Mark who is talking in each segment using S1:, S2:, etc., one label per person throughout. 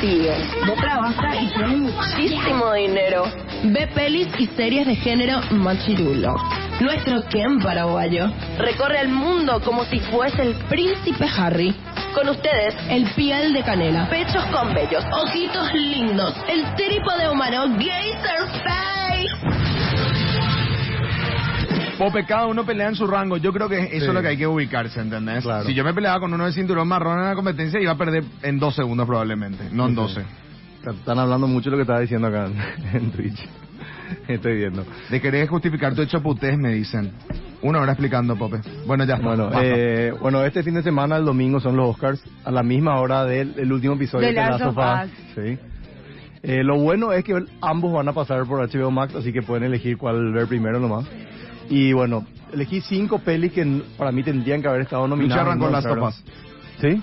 S1: tío. No trabaja y tiene muchísimo dinero. Ve pelis y series de género machirulo. Nuestro Ken paraguayo recorre el mundo como si fuese el príncipe Harry. Con ustedes, el piel de canela, pechos con bellos, ojitos lindos, el trípode humano, Geyser Face.
S2: Pope, cada uno pelea en su rango. Yo creo que eso es lo que hay que ubicarse, ¿entendés?
S3: Claro.
S2: Si yo me peleaba con uno de cinturón marrón en la competencia, iba a perder en dos segundos probablemente, no en
S3: Ujú.
S2: 12.
S3: Está- Están hablando mucho de lo que estaba diciendo acá en, en Twitch. Estoy viendo.
S2: De querer justificar tu hecho putés, me dicen. Una hora explicando, Pope. Bueno, ya está.
S3: Bueno,
S2: Basta.
S3: eh, bueno, este fin de semana, el domingo, son los Oscars, a la misma hora del el último episodio
S4: De Last of Us.
S3: Sí. Eh, lo bueno es que ambos van a pasar por HBO Max, así que pueden elegir cuál ver primero nomás. Y bueno, elegí cinco pelis que n- para mí tendrían que haber estado nominadas.
S2: Lucharon con
S3: ¿no?
S2: Last of
S3: Claro.
S2: Us.
S3: ¿Sí?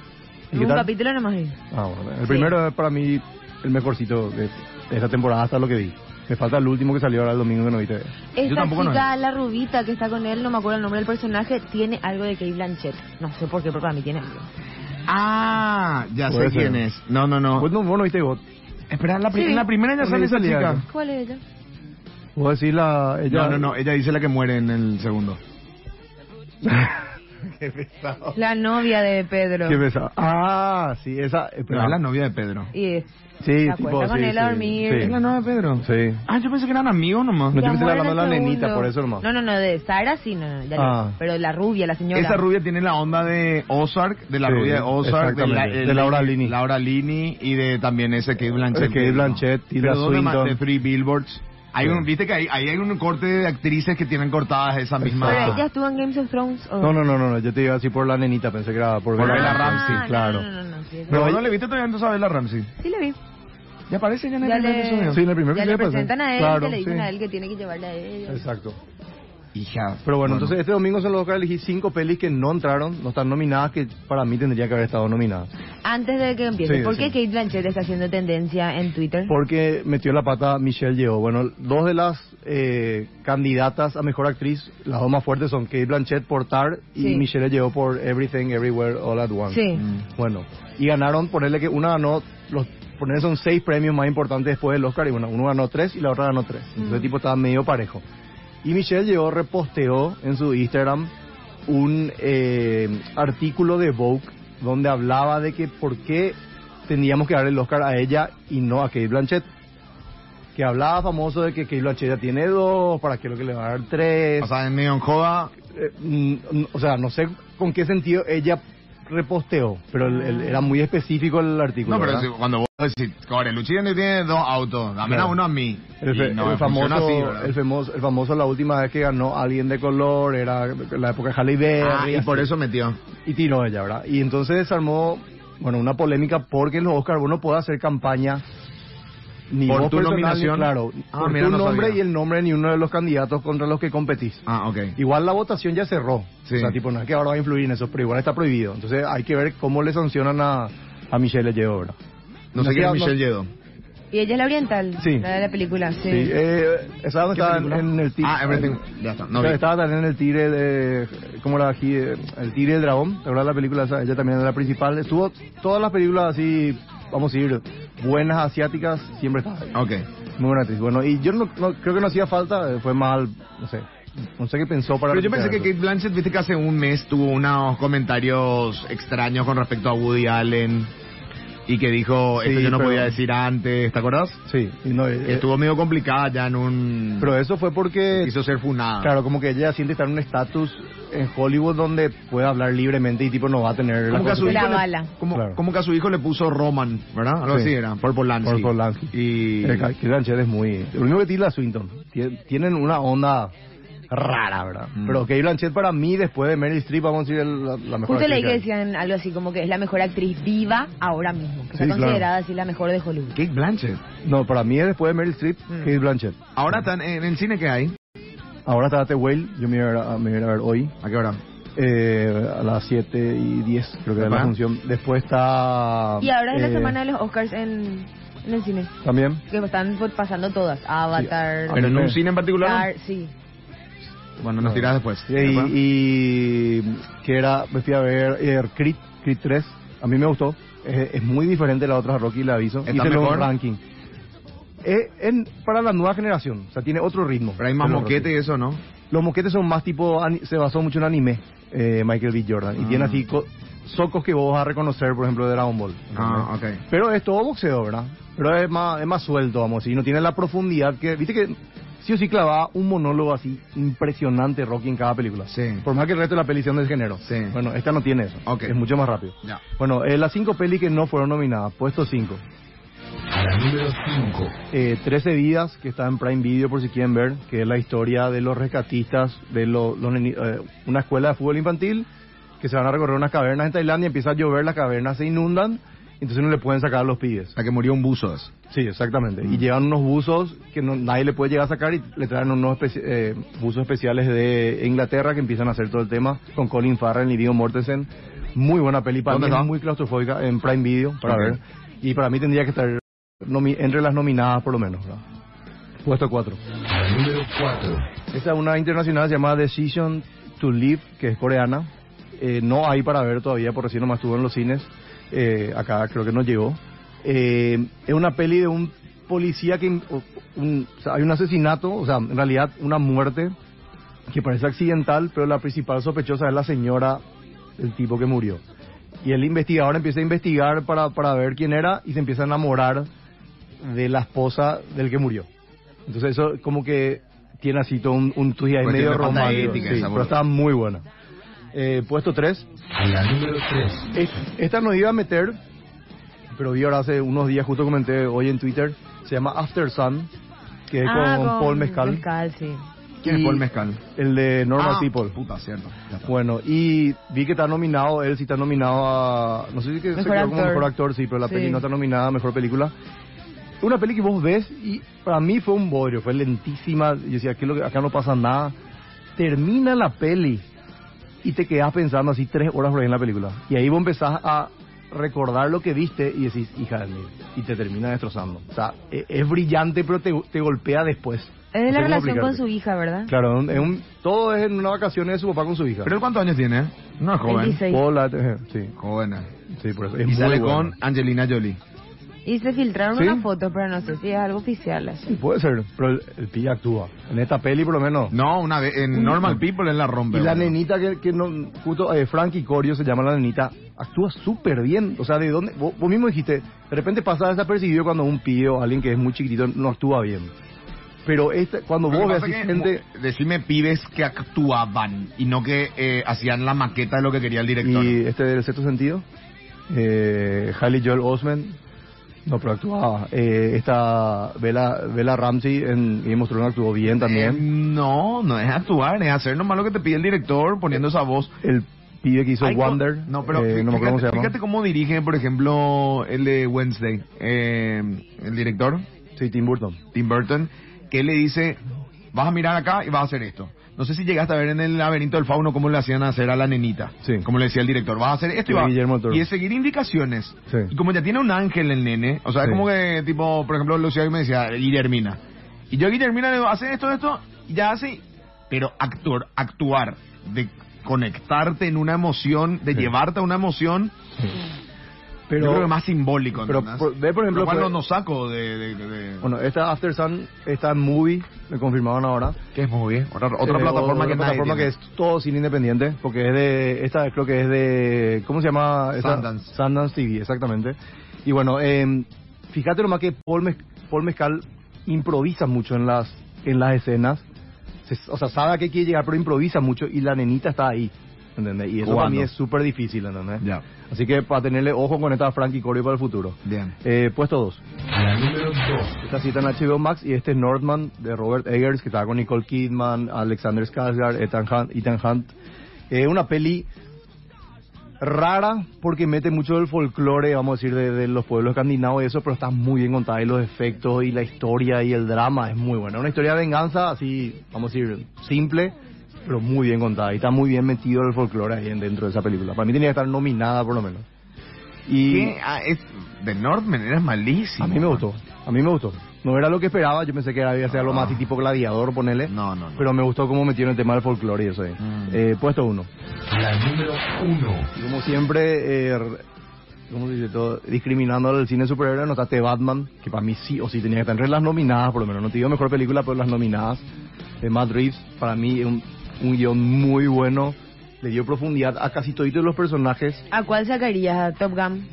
S3: ¿Y qué
S4: Un
S3: tal?
S4: capítulo nomás vi.
S3: Ah, bueno, el
S4: Sí.
S3: primero es para mí el mejorcito de esta temporada hasta lo que vi. Me falta el último que salió ahora el domingo que no viste.
S2: Yo
S4: Esta
S2: tampoco no
S4: chica, la rubita que está con él, no me acuerdo el nombre del personaje, tiene algo de Kate Blanchett. No sé por qué, pero para mí tiene algo.
S2: Ah, ya sé
S3: Puede ser.
S2: quién es. No, no, no.
S3: Vos no, vos no viste vos.
S2: Espera, la, pri-
S4: Sí.
S2: en la primera ya
S3: Porque
S2: sale
S3: yo
S2: esa
S3: salía
S2: chica.
S3: algo.
S4: ¿Cuál es ella?
S3: Vos decís la...
S2: No, no, no. Ella dice la que muere en el segundo.
S3: Qué pesado.
S4: La novia de Pedro.
S3: Qué pesado. Ah, sí, esa... eh,
S2: Pero
S3: pero-
S2: es la novia de Pedro.
S4: Y es.
S3: Sí,
S4: se
S3: tipo,
S4: acuesta con
S3: sí,
S4: él a
S3: sí,
S4: dormir.
S3: sí.
S2: ¿Es la novia de Pedro?
S3: Sí.
S2: Ah, yo pensé que eran amigos nomás.
S3: No, yo
S4: La
S3: pensé que
S4: muere
S3: hablando de la
S4: del
S3: nenita,
S4: segundo.
S3: por eso nomás.
S4: este No, no, no, de Sara sí, no, no, ya
S3: Ah.
S4: no. Pero la rubia, la señora.
S2: Esa rubia tiene la onda de Ozark, de la
S3: Sí,
S2: rubia de Ozark, de,
S3: exactamente. De Laura Linney.
S2: Laura Linney y de también ese Kate Blanchett.
S3: Kate Blanchett, Tilda
S2: Pero ¿dónde más?
S3: Swinton.
S2: De Free Billboards. Hay
S3: Sí.
S2: un, viste que ahí, ahí hay un corte de actrices que tienen cortadas esa misma.
S4: Pero
S3: Exacto.
S4: ella estuvo en Games of Thrones. ¿o?
S3: No, no, no, no, no, yo te iba así por la nenita, pensé que era por
S2: Por
S3: Bella
S2: Bella
S4: Ah,
S2: Ramsey,
S4: no,
S3: claro.
S4: No, no, no, sí,
S2: No,
S3: Pero
S2: no,
S3: ahí-
S2: le viste todavía entonces a Bella Ramsey.
S4: sí la vi.
S2: Ya aparece ya en el
S4: Ya
S2: primer
S4: le-
S2: episodio.
S3: Sí, en el primer
S4: Ya
S3: episodio
S4: le
S3: pasó.
S4: presentan a él,
S3: Claro,
S4: ya le dicen
S3: sí.
S4: a él que tiene que llevarla a ella.
S3: Exacto.
S2: Hija.
S3: Pero bueno, entonces este domingo son los Oscars, elegí cinco pelis que no entraron, no están nominadas, que para mí tendrían que haber estado nominadas.
S4: Antes de que empiece,
S3: Sí,
S4: ¿por
S3: sí.
S4: qué Kate Blanchett está haciendo tendencia en Twitter?
S3: Porque metió la pata Michelle Yeoh. Bueno, dos de las eh, candidatas a mejor actriz, las dos más fuertes son Kate Blanchett por Tar y
S4: Sí.
S3: Michelle Yeoh por Everything Everywhere All at Once.
S4: Sí.
S3: Mm. Bueno, y ganaron, ponerle que una ganó, los, ponerle son seis premios más importantes después del Oscar, y bueno, uno ganó tres y la otra ganó tres. Entonces el tipo estaba medio parejo. Y Michelle Yeoh reposteó en su Instagram un eh, artículo de Vogue donde hablaba de que por qué tendríamos que dar el Oscar a ella y no a Kate Blanchett. Que hablaba famoso de que Kate Blanchett ya tiene dos, ¿para qué lo que le va a dar tres?
S2: O sea, en medio en joda.
S3: Eh, mm, mm, o sea, no sé con qué sentido ella reposteó, pero el- el- era muy específico el artículo.
S2: No, pero
S3: ¿verdad?
S2: si- cuando vos decís, cobre, Luchini tiene dos autos, dame
S3: Claro.
S2: a uno a mí.
S3: el, fe-
S2: Y no,
S3: el
S2: me
S3: famoso,
S2: funciona así, ¿verdad?
S3: el famoso, el famoso la última vez que ganó alguien de color era la época de Halle Berry,
S2: Ah, y
S3: así.
S2: por eso metió.
S3: y tiró ella, ¿verdad? Y entonces se armó, bueno, una polémica porque en los Oscar vos no podés hacer campaña ni
S2: Por
S3: vos
S2: tu
S3: personal, ni-
S2: nominación.
S3: claro,
S2: Ah,
S3: por
S2: mira,
S3: tu
S2: no
S3: nombre
S2: sabía.
S3: y el nombre de ni uno de los candidatos contra los que competís.
S2: Ah, ok.
S3: Igual la votación ya cerró.
S2: Sí.
S3: O sea, tipo, no es que ahora va a influir en eso, pero igual está prohibido. Entonces hay que ver cómo le sancionan a, a Michelle Yeoh, ¿verdad?
S2: No sé quién es
S3: queda-
S2: Michelle Yedo.
S4: Y ella es la oriental,
S3: Sí.
S4: la de la película, sí.
S3: Sí, eh, ¿Esa dónde
S2: ¿Qué
S3: estaba?
S2: película?
S3: En el tigre.
S2: Ah, Everything. Ya está, no vi.
S3: estaba también en el tigre de... ¿Cómo era aquí? El tigre del dragón. ¿Te acuerdas de la película esa? Ella también era la principal. Estuvo todas las películas así, vamos a decir, buenas asiáticas, siempre estaba. ahí.
S2: Ok.
S3: Muy buena actriz. Bueno, y yo no, no- creo que no hacía falta, eh, fue mal, no sé. No sé qué pensó para...
S2: Pero yo pensé que
S3: recuperar
S2: Kate Blanchett, viste que hace un mes tuvo unos comentarios extraños con respecto a Woody Allen y que dijo, esto
S3: Sí,
S2: yo no
S3: pero-
S2: podía decir antes, ¿te acordás?
S3: eso. Sí, y no, eh,
S2: Que Estuvo medio complicada ya en un...
S3: Pero eso fue porque,
S2: Quiso ser
S4: Ah.
S2: funada.
S3: claro, como que ella siente estar en un estatus en Hollywood donde puede hablar libremente y tipo no va a tener
S2: Como que, a su
S4: De
S2: hijo
S4: la
S2: le,
S4: bala.
S2: como,
S3: Claro.
S2: como que a su hijo le puso Roman, ¿verdad? Algo
S3: Sí.
S2: así era, por Polanski.
S3: Por Polanski.
S2: Y...
S3: Eh, Kate Blanchett es muy... Lo mismo que Tilda Swinton. Tien- Tienen una onda rara, ¿verdad?
S2: Mm.
S3: Pero Kate Blanchett para mí, después de Meryl Streep, vamos a decir el- la, la mejor
S4: Justo leí que
S3: actriz hay.
S4: decían algo así como que es la mejor actriz viva ahora mismo, que
S3: Sí,
S4: está
S3: claro.
S4: considerada así la mejor de Hollywood.
S2: Kate Blanchett.
S3: No, para mí es después de Meryl Streep,
S4: Mm.
S3: Kate Blanchett.
S2: Ahora tan, en el cine que hay.
S3: Ahora está The Whale, yo me voy a ver, a- me voy a ir a ver hoy.
S2: ¿A qué hora?
S3: eh, a las 7 y 10, creo que es la
S2: Ajá.
S3: función. Después está...
S4: Y ahora es la
S3: eh,
S4: semana de los Oscars en, en el cine,
S3: También.
S4: que están por- pasando todas, Avatar,
S3: A
S2: ¿Pero en
S3: mí
S2: un
S3: me-
S2: cine en particular?
S4: Tar- sí.
S2: Bueno, nos tirás después.
S3: Y, y- que era, me fui a ver eh, Creed, Creed 3, A mí me gustó. Es, es muy diferente a la otra Rocky, le aviso.
S2: ¿Está
S3: Hice luego un
S2: mejor?
S3: ranking. Eh, en- para la nueva generación, o sea, tiene otro ritmo.
S2: Pero hay más
S3: que los
S2: moquete y
S3: Rocky.
S2: eso, ¿no?
S3: Los moquetes son más tipo, ani- se basó mucho en anime, eh, Michael B. Jordan. Y
S2: Ah.
S3: tiene así co- socos que vos vas a reconocer, por ejemplo, de Dragon Ball.
S2: Ah, ok.
S3: Pero es todo boxeo, ¿verdad? Pero es más, es más suelto, vamos, y no tiene la profundidad que... Viste que sí o sí clavaba un monólogo así impresionante Rocky en cada película.
S2: Sí.
S3: Por más que el resto de la peli sea un desgénero.
S2: Sí.
S3: Bueno, esta no tiene eso.
S2: Ok.
S3: Es mucho más rápido.
S2: Ya.
S3: Bueno, eh, las cinco pelis que no fueron nominadas, puesto cinco.
S5: La número 5.
S3: Eh, 13 vidas, que está en Prime Video por si quieren ver, que es la historia de los rescatistas de lo- los neni- eh, una escuela de fútbol infantil, que se van a recorrer unas cavernas en Tailandia, empieza a llover, las cavernas se inundan, entonces no le pueden sacar a los pibes.
S2: O sea, que murió un buzo. es.
S3: Sí, exactamente.
S2: Mm.
S3: Y llevan unos buzos que no- nadie le puede llegar a sacar y le traen unos especi- eh, buzos especiales de Inglaterra que empiezan a hacer todo el tema con Colin Farrell y Dio Mortensen. Muy buena peli para
S2: ¿Dónde
S3: mí,
S2: está?
S3: es muy claustrofóbica en Prime Video para
S2: Ok.
S3: ver. Y para mí tendría que estar nomi- entre las nominadas por lo menos. ¿verdad? Puesto 4.
S5: La número 4.
S3: Esta es una internacional llamada Decision to Live, que es coreana. Eh, no hay para ver todavía, por recién nomás estuvo en los cines. Eh, acá creo que no llegó. Eh, es una peli de un policía que... o- un- o sea, hay un asesinato, o sea, en realidad una muerte que parece accidental, pero la principal sospechosa es la señora del tipo que murió. Y el investigador empieza a investigar para, para ver quién era y se empieza a enamorar de la esposa del que murió. Entonces eso como que tiene así todo un, un twist ahí
S2: Pues
S3: medio
S2: tiene falta de
S3: romántico.
S2: ética
S3: sí,
S2: esa,
S3: pero
S2: boludo.
S3: está muy buena. Eh, puesto 3.
S5: La número 3.
S3: Esta no iba a meter, pero vi ahora hace unos días, justo comenté hoy en Twitter, se llama After Sun, que es
S4: Ah,
S3: eh, con, Paul Mezcal,
S4: Mezcal, sí.
S2: ¿Quién
S3: Y-
S2: es Paul Mezcal?
S3: el de Normal
S2: Ah,
S3: People.
S2: Puta, cierto. Ya está.
S3: Bueno, y vi que está nominado, él sí está nominado a... No sé si que se
S4: Mejor
S3: quedó como
S4: actor.
S3: mejor actor, sí, pero la
S4: Sí.
S3: peli no está nominada a mejor película. Una peli que vos ves y para mí fue un bodrio, fue lentísima. Yo decía, "¿Qué es lo que- acá no pasa nada. Termina la peli y te quedas pensando así tres horas por ahí en la película. Y ahí vos empezás a recordar lo que viste y decís, hija de mí, y te termina destrozando. O sea, e- es, brillante, pero te, te golpea después.
S4: Es de
S3: No
S4: la
S3: sé cómo
S4: relación con
S3: explicarte.
S4: su hija, ¿verdad?
S3: Claro, es un- todo es en una vacación de su papá con su hija.
S2: ¿Pero él cuántos años tiene? No es joven.
S4: 26.
S3: Hola, eh, sí.
S2: Joven. eh.
S3: Sí, por eso.
S2: y sale
S3: bueno.
S2: con Angelina Jolie.
S4: Y se filtraron
S3: ¿Sí?
S4: unas fotos, pero no sé si es algo oficial. así.
S3: Sí, puede ser, pero el, el pilla actúa. En esta peli, por lo menos.
S2: No, una vez. En Normal People él la rompe.
S3: Y la
S2: boludo.
S3: nenita que, que no. Justo eh, Frankie Corio se llama la nenita. Actúa súper bien. O sea, ¿de dónde? Vos, vos mismo dijiste. De repente pasa desapercibido cuando un pibe o alguien que es muy chiquitito no actúa bien. Pero esta, cuando
S2: Lo
S3: vos
S2: que
S3: ves
S2: pasa
S3: así
S2: es que
S3: gente.
S2: mo- Decime pibes que actuaban y no que eh, hacían la maqueta de lo que quería el director.
S3: Y este del sexto sentido. Eh, Hailey Joel Osment. No, pero actuaba. Eh, esta Bella, Bella Ramsey en Game of Thrones actuó bien también.
S2: Eh, no, no es actuar, es hacer nomás lo que te pide el director poniendo esa voz.
S3: el pibe que hizo
S2: Ay, no-
S3: Wonder.
S2: No, pero
S3: eh,
S2: fí-
S3: no me acuerdo cómo se
S2: fíjate,
S3: llama.
S2: fíjate cómo dirige, por ejemplo, el de Wednesday, eh, el director,
S3: Sí, Tim Burton.
S2: Tim Burton, que él le dice, vas a mirar acá y vas a hacer esto. No sé si llegaste a ver en el laberinto del fauno cómo le hacían hacer a la nenita.
S3: Sí.
S2: Como le decía el director, vas a hacer esto y
S3: Sí,
S2: vas
S3: Guillermo del Toro.
S2: Y es seguir indicaciones.
S3: Sí.
S2: Y como ya tiene un ángel el nene, o sea, es
S3: Sí.
S2: como que, tipo, por ejemplo, Lucía me decía, Guillermina. Y yo a Guillermina le digo, hace esto, esto, y ya hace. Pero actor, actuar, de conectarte en una emoción, de
S3: Sí.
S2: llevarte a una emoción,
S3: Pero,
S2: yo creo que más simbólico.
S3: pero
S2: ¿entendés?
S3: por- ve, por ejemplo,
S2: Lo cual
S3: fue-
S2: no nos saco de. de, de-
S3: bueno, esta After Sun está en Movie, me confirmaron ahora.
S2: que es muy bien. Otra, otra
S3: Eh,
S2: plataforma
S3: otra
S2: que nadie
S3: plataforma que
S2: tiene.
S3: es todo cine independiente, porque es de, esta creo que es de, ¿cómo se llama? Esta-
S2: Sundance.
S3: Sundance TV, exactamente. Y bueno, eh, fíjate nomás que Paul, Mez- Paul Mezcal improvisa mucho en las, en las escenas, Se- o sea, sabe a qué quiere llegar, pero improvisa mucho y la nenita está ahí, ¿entendés? Y eso para
S2: Jugando.
S3: mí es súper difícil, ¿entendés?
S2: Ya,
S3: Así que para tenerle ojo con esta Frankie Corio para el futuro.
S2: bien.
S3: Eh, puesto 2.
S5: La número 2.
S3: Esta cita en HBO Max y este es Northman de Robert Eggers, que estaba con Nicole Kidman, Alexander Skarsgård, Ethan Hunt. Ethan Hunt. Eh, una peli rara porque mete mucho del folclore, vamos a decir, de, de los pueblos escandinavos y eso, pero está muy bien contada y los efectos y la historia y el drama es muy buena. Una historia de venganza así, vamos a decir, simple, pero muy bien contada y está muy bien metido el folclore ahí en- dentro de esa película. Para mí tenía que estar nominada por lo menos. Y
S2: ¿Qué? Ah, es, The Northman era malísimo.
S3: a mí me gustó, a mí me gustó. No era lo que esperaba, yo pensé que era- iba a ser algo
S2: Ah.
S3: más así tipo gladiador, ponele.
S2: No, no, no.
S3: Pero me gustó cómo metieron el tema del folclore y eso Eh, ahí.
S2: Mm.
S3: Eh, puesto uno.
S5: La número 1.
S3: Y Como siempre, eh, ¿cómo se dice todo? Discriminando al cine superhéroe, notaste Batman, que para mí sí o sí tenía que estar entre las nominadas, por lo menos. No te digo mejor película, pero las nominadas. De Matt Reeves, para mí es un, un guión muy bueno. Le dio profundidad a casi toditos los personajes.
S4: ¿A cuál sacarías? ¿A Top Gun?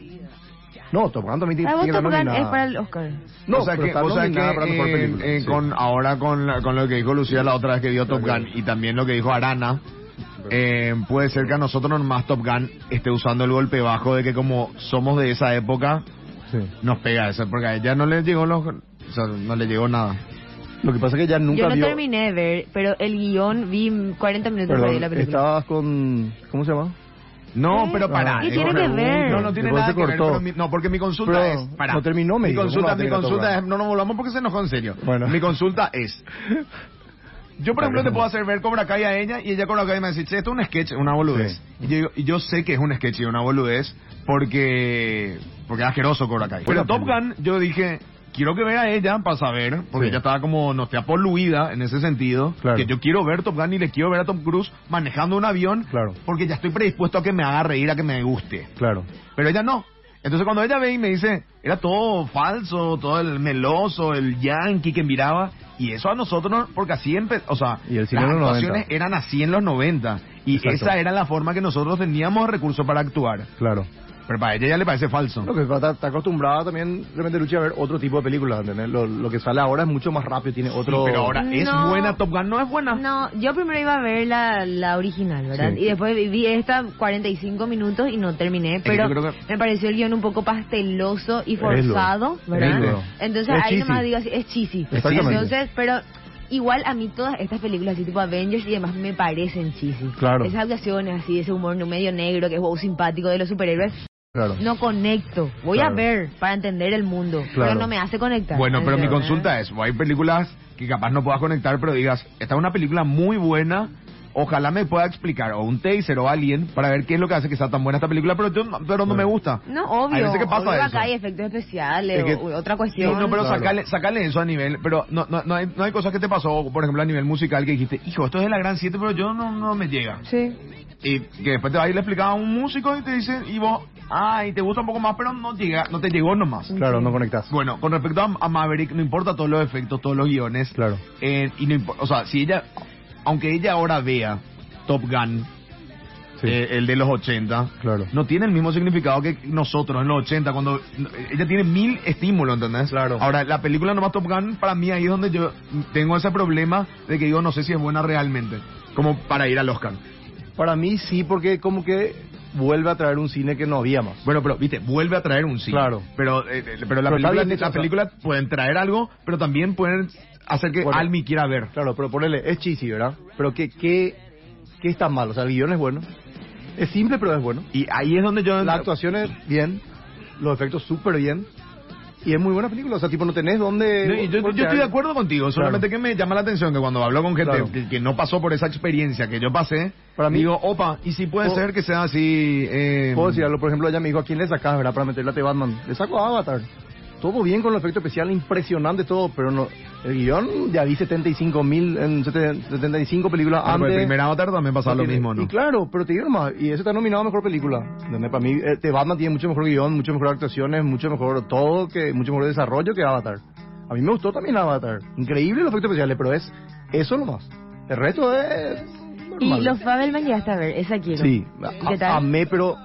S3: No, Top Gun también
S4: Ah,
S3: tiene
S4: vos
S3: tiene que
S4: Top Gun
S3: nominada.
S4: es para el Oscar.
S3: No,
S2: o sea
S3: pero
S2: que,
S3: está
S2: o sea que
S3: nominada para mejor
S2: en-
S3: película,
S2: en
S3: sí.
S2: con, ahora con, la- con lo que dijo Lucía la otra vez que vio Top Gun y también lo que dijo Arana, eh, puede ser que a nosotros más Top Gun esté usando el golpe bajo de que como somos de esa época,
S3: Sí.
S2: nos pega eso, porque a ella no le llegó los, o sea, no le llegó nada.
S3: Lo que pasa es que ya nunca
S4: Yo no
S3: vio...
S4: terminé de ver, pero el guión vi 40 minutos por ahí de
S3: Perdón,
S4: la película.
S3: estabas con... ¿Cómo se llama?
S2: No,
S4: ¿Qué?
S2: pero para.
S4: ¿Qué tiene que ver?
S2: No, no tiene
S3: Después
S2: nada
S3: se
S2: que ver.
S3: cortó.
S2: pero mi- no, porque mi consulta
S3: Pero
S2: es. Para.
S3: no terminó, me
S2: Mi
S3: dijo, ¿cómo
S2: consulta,
S3: la
S2: mi
S3: tiene que
S2: consulta
S3: tocar?
S2: es. No nos volvamos porque se enojó en serio.
S3: Bueno.
S2: Mi consulta es. Yo, por ejemplo, te puedo hacer ver Cobra Kai a ella y ella Cobra Kai me dice, "Che, esto es un sketch, una boludez.
S3: Sí.
S2: Y, yo, digo- y yo sé que es un sketch y una boludez porque porque es asqueroso Cobra Kai. Pero
S3: Buena
S2: Top
S3: peli.
S2: Gun, yo dije, quiero que vea a ella para saber, porque
S3: Sí.
S2: ella estaba como, no está poluida en ese sentido,
S3: Claro.
S2: que yo quiero ver Top Gun y le quiero ver a Tom Cruise manejando un avión
S3: Claro.
S2: porque ya estoy predispuesto a que me haga reír, a que me guste.
S3: Claro.
S2: Pero ella no. Entonces cuando ella ve y me dice, era todo falso, todo el meloso, el yankee que miraba, y eso a nosotros, no- porque así empe- o sea,
S3: Y el cine
S2: las
S3: en los
S2: actuaciones
S3: 90.
S2: eran así en los 90, y
S3: Exacto.
S2: esa era la forma que nosotros teníamos recursos para actuar.
S3: Claro.
S2: Pero para ella ya le parece falso.
S3: Lo que está, está acostumbrada también, de repente, Luchi, a ver otro tipo de películas. ¿entendés? Lo, lo que sale ahora es mucho más rápido, tiene otro...
S2: Sí, pero ahora, ¿es
S4: No.
S2: buena Top Gun? No es buena.
S4: No, yo primero iba a ver la, la original, ¿verdad?
S3: Sí.
S4: Y después vi- vi esta 45 minutos y no terminé,
S2: que
S4: pero
S2: yo creo que-
S4: me pareció el guión un poco pasteloso y
S3: Es lo-
S4: forzado, ¿verdad?
S3: es lo.
S4: Entonces
S3: Es
S4: ahí nomás
S3: cheesy.
S4: digo así, es cheesy.
S3: Exactamente.
S4: Entonces, pero igual a mí todas estas películas así tipo Avengers y demás me parecen cheesy.
S3: Claro.
S4: Esas actuaciones así, ese humor medio negro que es wow simpático de los superhéroes,
S3: Claro.
S4: no conecto. Voy
S3: Claro.
S4: a ver para entender el mundo, pero
S3: Claro.
S4: no ¿eh? me hace conectar.
S2: Bueno, pero mi
S4: ¿verdad?
S2: consulta es, hay películas que capaz no puedas conectar, pero digas, esta es una película muy buena, ojalá me pueda explicar, o un taser o alguien, para ver qué es lo que hace que sea tan buena esta película, pero, yo, pero no me gusta.
S4: No, obvio.
S2: Hay veces que pasa
S4: obvio
S2: eso.
S4: acá hay efectos especiales,
S3: Es que-
S4: o- u- otra
S2: Sí,
S4: cuestión.
S2: no, pero
S3: Claro.
S2: sacale, sacale eso a nivel, pero no, no, no, hay, no hay cosas que te pasó, por ejemplo, a nivel musical, que dijiste, hijo, esto es de la gran 7, pero yo no, no me llega.
S4: Sí.
S2: Y que después te va a ir le explicaba a un músico y te dicen, y vos, ay, te gusta un poco más, pero no llega, no te llegó nomás.
S3: Claro, no conectas.
S2: Bueno, con respecto a, a Maverick, no importa todos los efectos, todos los guiones.
S3: Claro.
S2: Eh, y no impo- o sea, si ella, aunque ella ahora vea Top Gun,
S3: Sí.
S2: eh, el de los 80,
S3: Claro.
S2: no tiene el mismo significado que nosotros en los 80, cuando no, ella tiene mil estímulos, ¿entendés?
S3: Claro.
S2: Ahora, la película nomás Top Gun, para mí ahí es donde yo tengo ese problema de que digo, no sé si es buena realmente, como para ir al Oscar.
S3: Para mí sí, porque como que vuelve a traer un cine que no había más.
S2: Bueno, pero, viste, vuelve a traer un sí.
S3: Claro.
S2: Pero, eh, eh, pero la,
S3: Pero está
S2: película,
S3: bien hecho,
S2: la
S3: o sea.
S2: película pueden traer algo, pero también pueden hacer que
S3: Bueno.
S2: Almi quiera ver.
S3: Claro, pero ponele, es cheesy, ¿verdad? Pero que, que, que está mal, o sea, el guión es bueno. Es simple, pero es bueno.
S2: Y ahí es donde yo...
S3: La actuación es bien, los efectos súper bien. Y es muy buena película, o sea, tipo, no tenés dónde...
S2: No, y yo, yo estoy de acuerdo contigo, solamente que me llama la atención que cuando hablo con gente
S3: Claro.
S2: que, que no pasó por esa experiencia que yo pasé,
S3: Para mí-
S2: digo, opa, y si puede
S3: Puedo-
S2: ser que sea así... Eh,
S3: Puedo decir algo, por ejemplo, ella me dijo, ¿a quién le sacás, verdad, para meterle a The Batman? Le saco a Avatar. Todo bien con los efectos especiales, impresionante todo, pero no... El guión, ya vi 75 mil, en 70 75 películas
S2: Bueno,
S3: antes...
S2: pero el primer Avatar también pasaba lo
S3: tiene-
S2: mismo, ¿no?
S3: Y claro, pero te digo nomás, y eso está nominado a mejor película. ¿entendés? Para mí, eh, The Batman tiene mucho mejor guión, mucho mejor actuaciones, mucho mejor todo, que mucho mejor desarrollo que Avatar. A mí me gustó también Avatar. Increíble los efectos especiales, pero es eso nomás. El resto es.
S4: Y
S3: normal.
S4: los Fabelman llegaste a ver, esa quiero.
S3: Sí,
S4: ¿Y ¿Qué
S3: a-
S4: tal?
S3: amé, pero.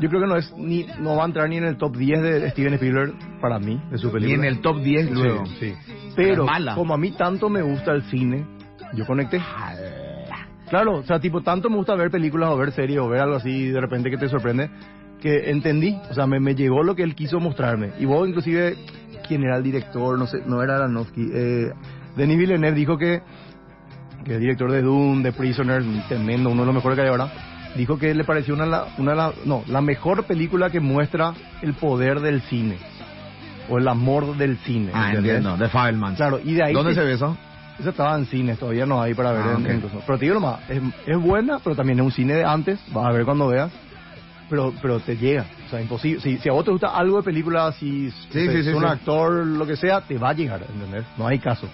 S3: Yo creo que no es ni no va a entrar ni en el top 10 de Steven Spielberg para mí, de su
S2: y
S3: película.
S2: en el top 10 luego.
S3: Sí, sí.
S2: Pero
S3: Pero
S2: es mala.
S3: como a mí tanto me gusta el cine, yo conecté.
S2: Ah,
S3: Claro, o sea, tipo, tanto me gusta ver películas o ver series o ver algo así de repente que te sorprende, que entendí, o sea, me, me llegó lo que él quiso mostrarme. Y vos inclusive, quién era el director, no sé, no era Aronofsky, eh, Denis Villeneuve dijo que, que el director de Doom, de Prisoner, tremendo, uno de los mejores que hay ahora, dijo que le pareció una, de la- una de la- no, la mejor película que muestra el poder del cine, o el amor del cine.
S2: Ah,
S3: ¿entendés?
S2: entiendo, de Fabelman.
S3: Claro, y de ahí
S2: ¿Dónde
S3: te-
S2: se ve eso?
S3: esa estaba en cines, todavía no hay para ver.
S2: Ah,
S3: en-
S2: ok.
S3: en Cosmo. pero te digo nomás, es, es buena, pero también es un cine de antes, vas a ver cuando veas. Pero, pero te llega, o sea, imposible. Si, si a vos te gusta algo de película, si
S2: Sí,
S3: si
S2: sí,
S3: es
S2: sí,
S3: un
S2: sí.
S3: actor, lo que sea, te va a llegar, ¿entendés? No hay caso.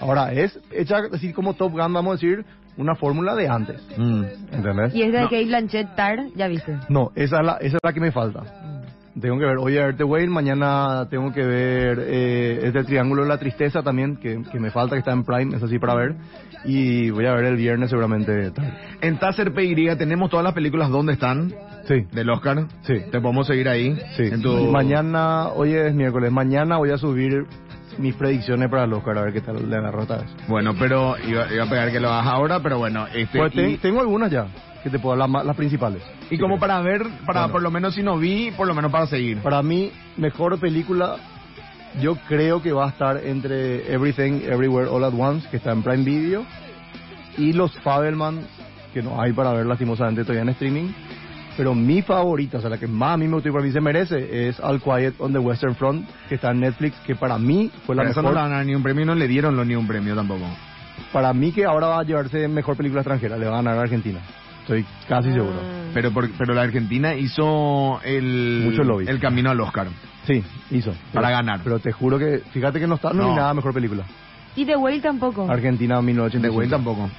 S3: Ahora, es hecha así como Top Gun, vamos a decir, una fórmula de antes. ¿Entendés?
S4: Y es de Kate Blanchett Tar, ya viste.
S3: No, esa es, la, esa es la que me falta. Tengo que ver Hoy a Verte Wayne, mañana tengo que ver eh, es del Triángulo de la Tristeza también, que, que me falta, que está en Prime, es así para ver. Y voy a ver el viernes seguramente. tal.
S2: En Taser PY tenemos todas las películas donde están
S3: Sí,
S2: del Oscar.
S3: Sí.
S2: Te podemos seguir ahí.
S3: sí.
S2: En tu-
S3: Y mañana, hoy es miércoles, mañana voy a subir mis predicciones para el Oscar, a ver qué tal le agarro esta vez.
S2: Bueno, pero iba, iba a pegar que lo hagas ahora, pero bueno. Este,
S3: Pues te-
S2: y,
S3: tengo algunas ya, que te puedo hablar, más, las principales.
S2: y como para ver, para
S3: Bueno.
S2: por lo menos si no vi, por lo menos para seguir.
S3: Para mí, mejor película, yo creo que va a estar entre Everything, Everywhere, All at Once, que está en Prime Video, y Los Fabelman, que no hay para ver lastimosamente todavía en streaming. Pero mi favorita, o sea, la que más a mí me gustó y para mí se merece, es All Quiet on the Western Front, que está en Netflix, que para mí fue la
S2: Pero eso
S3: mejor.
S2: no le van a dar ni un premio, no le dieron lo- ni un premio tampoco.
S3: Para mí que ahora va a llevarse mejor película extranjera, le va a ganar a Argentina. Estoy casi
S4: Ah.
S3: seguro.
S4: Mm.
S2: Pero por- pero la Argentina hizo el,
S3: Mucho lobby.
S2: el camino al Oscar.
S3: Sí, hizo.
S2: Para
S3: Pero-
S2: ganar.
S3: Pero te juro que, fíjate que no está
S2: No.
S3: nominada a mejor película.
S4: Y The Whale tampoco.
S3: Argentina
S2: De
S3: 1985.
S2: Wayne tampoco.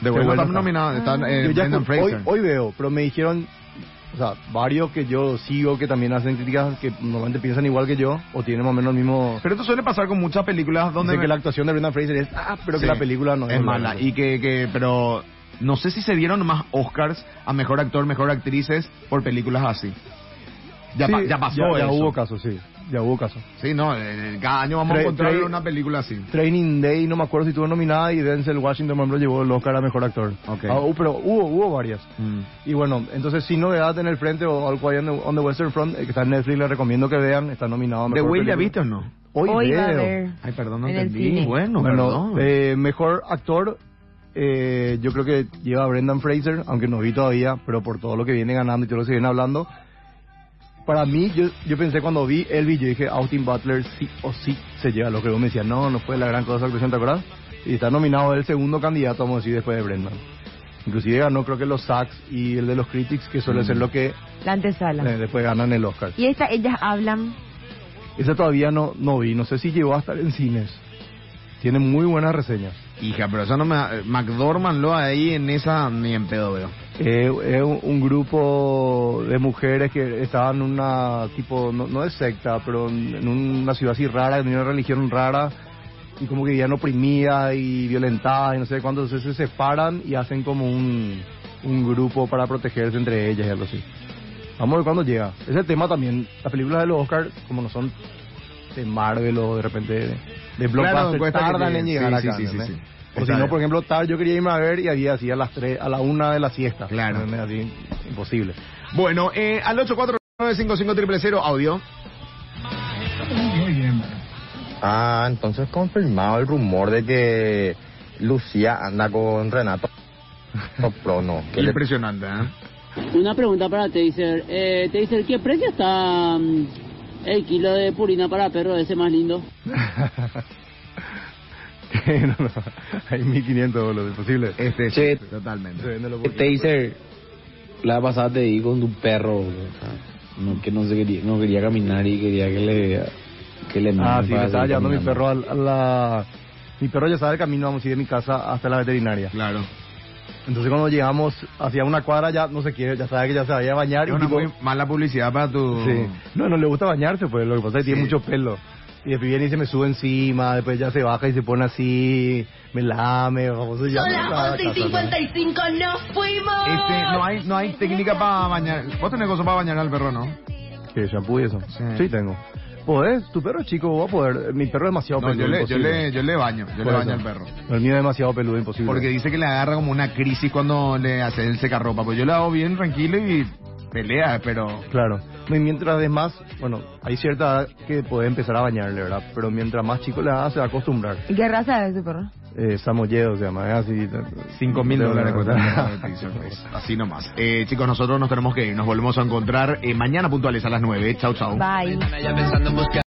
S2: De Wayne
S3: Whale no
S2: está
S3: está.
S2: nominado, está eh,
S3: Yo ya
S2: Brendan
S3: escu- hoy,
S2: Fraser.
S3: hoy veo, pero me dijeron, o sea, varios que yo sigo que también hacen críticas que normalmente piensan igual que yo o tienen más o menos el mismo.
S2: Pero esto suele pasar con muchas películas donde...
S3: Dicen que la actuación de Brendan Fraser es, ah, pero
S2: Sí.
S3: que la película no
S2: es mala. Y que, que, pero no sé si se dieron más Oscars a mejor actor, mejor actrices por películas así. Ya,
S3: Sí,
S2: pa- ya pasó
S3: ya,
S2: eso.
S3: hubo casos, sí, ya hubo casos.
S2: Sí, no, eh, cada año vamos a
S3: Tre-
S2: encontrar
S3: tre-
S2: una película así.
S3: Training Day, no me acuerdo si estuvo nominada y Denzel Washington, por ejemplo, llevó el Oscar a mejor actor.
S2: Ok.
S3: Ah, uh, pero hubo, hubo varias.
S2: Mm.
S3: Y bueno, entonces sin novedad en el frente o All Quiet on the- on the Western Front, eh, que está en Netflix, les recomiendo que vean, está nominado a
S2: ¿De
S3: mejor
S2: Will ya
S3: película.
S2: viste o no?
S3: Hoy,
S4: Hoy va a
S3: veo.
S4: haber.
S2: Ay, perdón, no
S4: En el
S2: entendí.
S4: cine.
S2: Bueno,
S3: Bueno,
S2: perdón.
S3: eh, mejor actor, eh, yo creo que lleva a Brendan Fraser, aunque no vi todavía, pero por todo lo que viene ganando y todo lo que se viene hablando. Para mí, yo, yo pensé cuando vi Elvis, yo dije, Austin Butler sí o sí se lleva. Lo que vos me decías, no, no fue la gran cosa que actuación, ¿te acuerdas? Y está nominado el segundo candidato, vamos a decir, después de Brendan. Inclusive ganó creo que los Sacks y el de los Critics, que suele ser lo que eh,
S4: Mm. La antesala.
S3: después ganan el Oscar.
S4: Y esta, ellas hablan.
S3: Esa todavía no, no vi, no sé si llegó a estar en cines. Tiene muy buenas reseñas.
S2: Hija, pero eso no me... eh, McDormand lo ahí en esa ni en pedo veo.
S3: Eh, es un, un grupo de mujeres que estaban en una tipo, no, no de secta, pero en, en una ciudad así rara, en una religión rara, y como que vivían oprimidas y violentadas y no sé cuánto, entonces se separan y hacen como un, un grupo para protegerse entre ellas y algo así. Vamos a ver cuándo llega. Ese tema también, las películas de los Oscars, como no son de Marvel o de repente de, de
S2: Claro,
S3: blockbuster,
S2: cuesta que
S3: tardan
S2: lleguen.
S3: en llegar
S2: Sí,
S3: acá.
S2: sí, sí, sí,
S3: ¿entendés?
S2: sí.
S3: O si
S2: Está
S3: no,
S2: bien.
S3: por ejemplo, tal, yo quería irme a ver y había así a las 3, a la 1 de la siesta.
S2: Claro.
S3: ¿Entendés? Así, imposible.
S2: Bueno, eh, al 849 audio.
S6: Ah, entonces confirmado el rumor de que Lucía anda con Renato Soprono.
S2: Qué impresionante, ¿eh?
S7: Una pregunta para Taser. Eh, Taser, ¿qué precio está mm, el kilo de purina para perro ese más lindo?
S3: no, no, hay 1500 boludo, imposible.
S2: Este,
S8: Sí.
S2: totalmente. Este,
S3: Se vende lo
S8: El taser, la pasada te di con un perro, bro. no, que no, se quería, no quería caminar y quería que le... Que le
S3: Ah,
S8: manden
S3: sí,
S8: para
S3: me estaba
S8: seguir
S3: llevando mi
S8: caminando.
S3: perro al- a la... Mi perro ya sabe el camino, vamos a ir de mi casa hasta la veterinaria.
S2: Claro.
S3: Entonces cuando llegamos hacia una cuadra ya no se quiere, ya sabe que ya se vaya a bañar.
S2: Es
S3: Y
S2: una
S3: tipo,
S2: muy mala publicidad para tu...
S3: sí. No, no le gusta bañarse, pues lo que pasa es que tiene
S2: Sí.
S3: mucho pelo. Y después viene y se me sube encima, después ya se baja y se pone así, me lame, famoso ya.
S1: Son
S3: me la
S1: las 11 y
S3: casa,
S1: 55, nos fuimos.
S2: Este, no hay, no hay técnica para bañar. Vos tenés cosa para bañar al perro, ¿no?
S3: ¿no? Que shampoo y eso.
S2: Sí.
S3: Sí. tengo. ¿Podés? Tu perro es chico, va a poder. Mi perro pues es demasiado
S2: No,
S3: peludo.
S2: yo le, yo
S3: imposible.
S2: le, yo le baño, yo le
S3: Por
S2: baño
S3: eso.
S2: al perro.
S3: El mío es demasiado peludo, imposible.
S2: Porque dice que le agarra como una crisis cuando le hace el secarropa. Pues yo le hago bien tranquilo y pelea, pero...
S3: Claro. No, Y mientras es más, bueno, hay cierta edad que podés empezar a bañarle, ¿verdad? Pero mientras más chico le hagas, se va a acostumbrar.
S4: ¿Y qué raza es tu perro?
S3: Eh, Samoyedo se llama, es así.
S2: Cinco mil
S3: No, no,
S2: dólares
S3: no,
S2: cuesta. pues,
S3: no.
S2: Así nomás. Eh, chicos, nosotros nos tenemos que ir. Nos volvemos a encontrar eh, mañana puntuales a las 9. Chau, chau.
S4: Bye.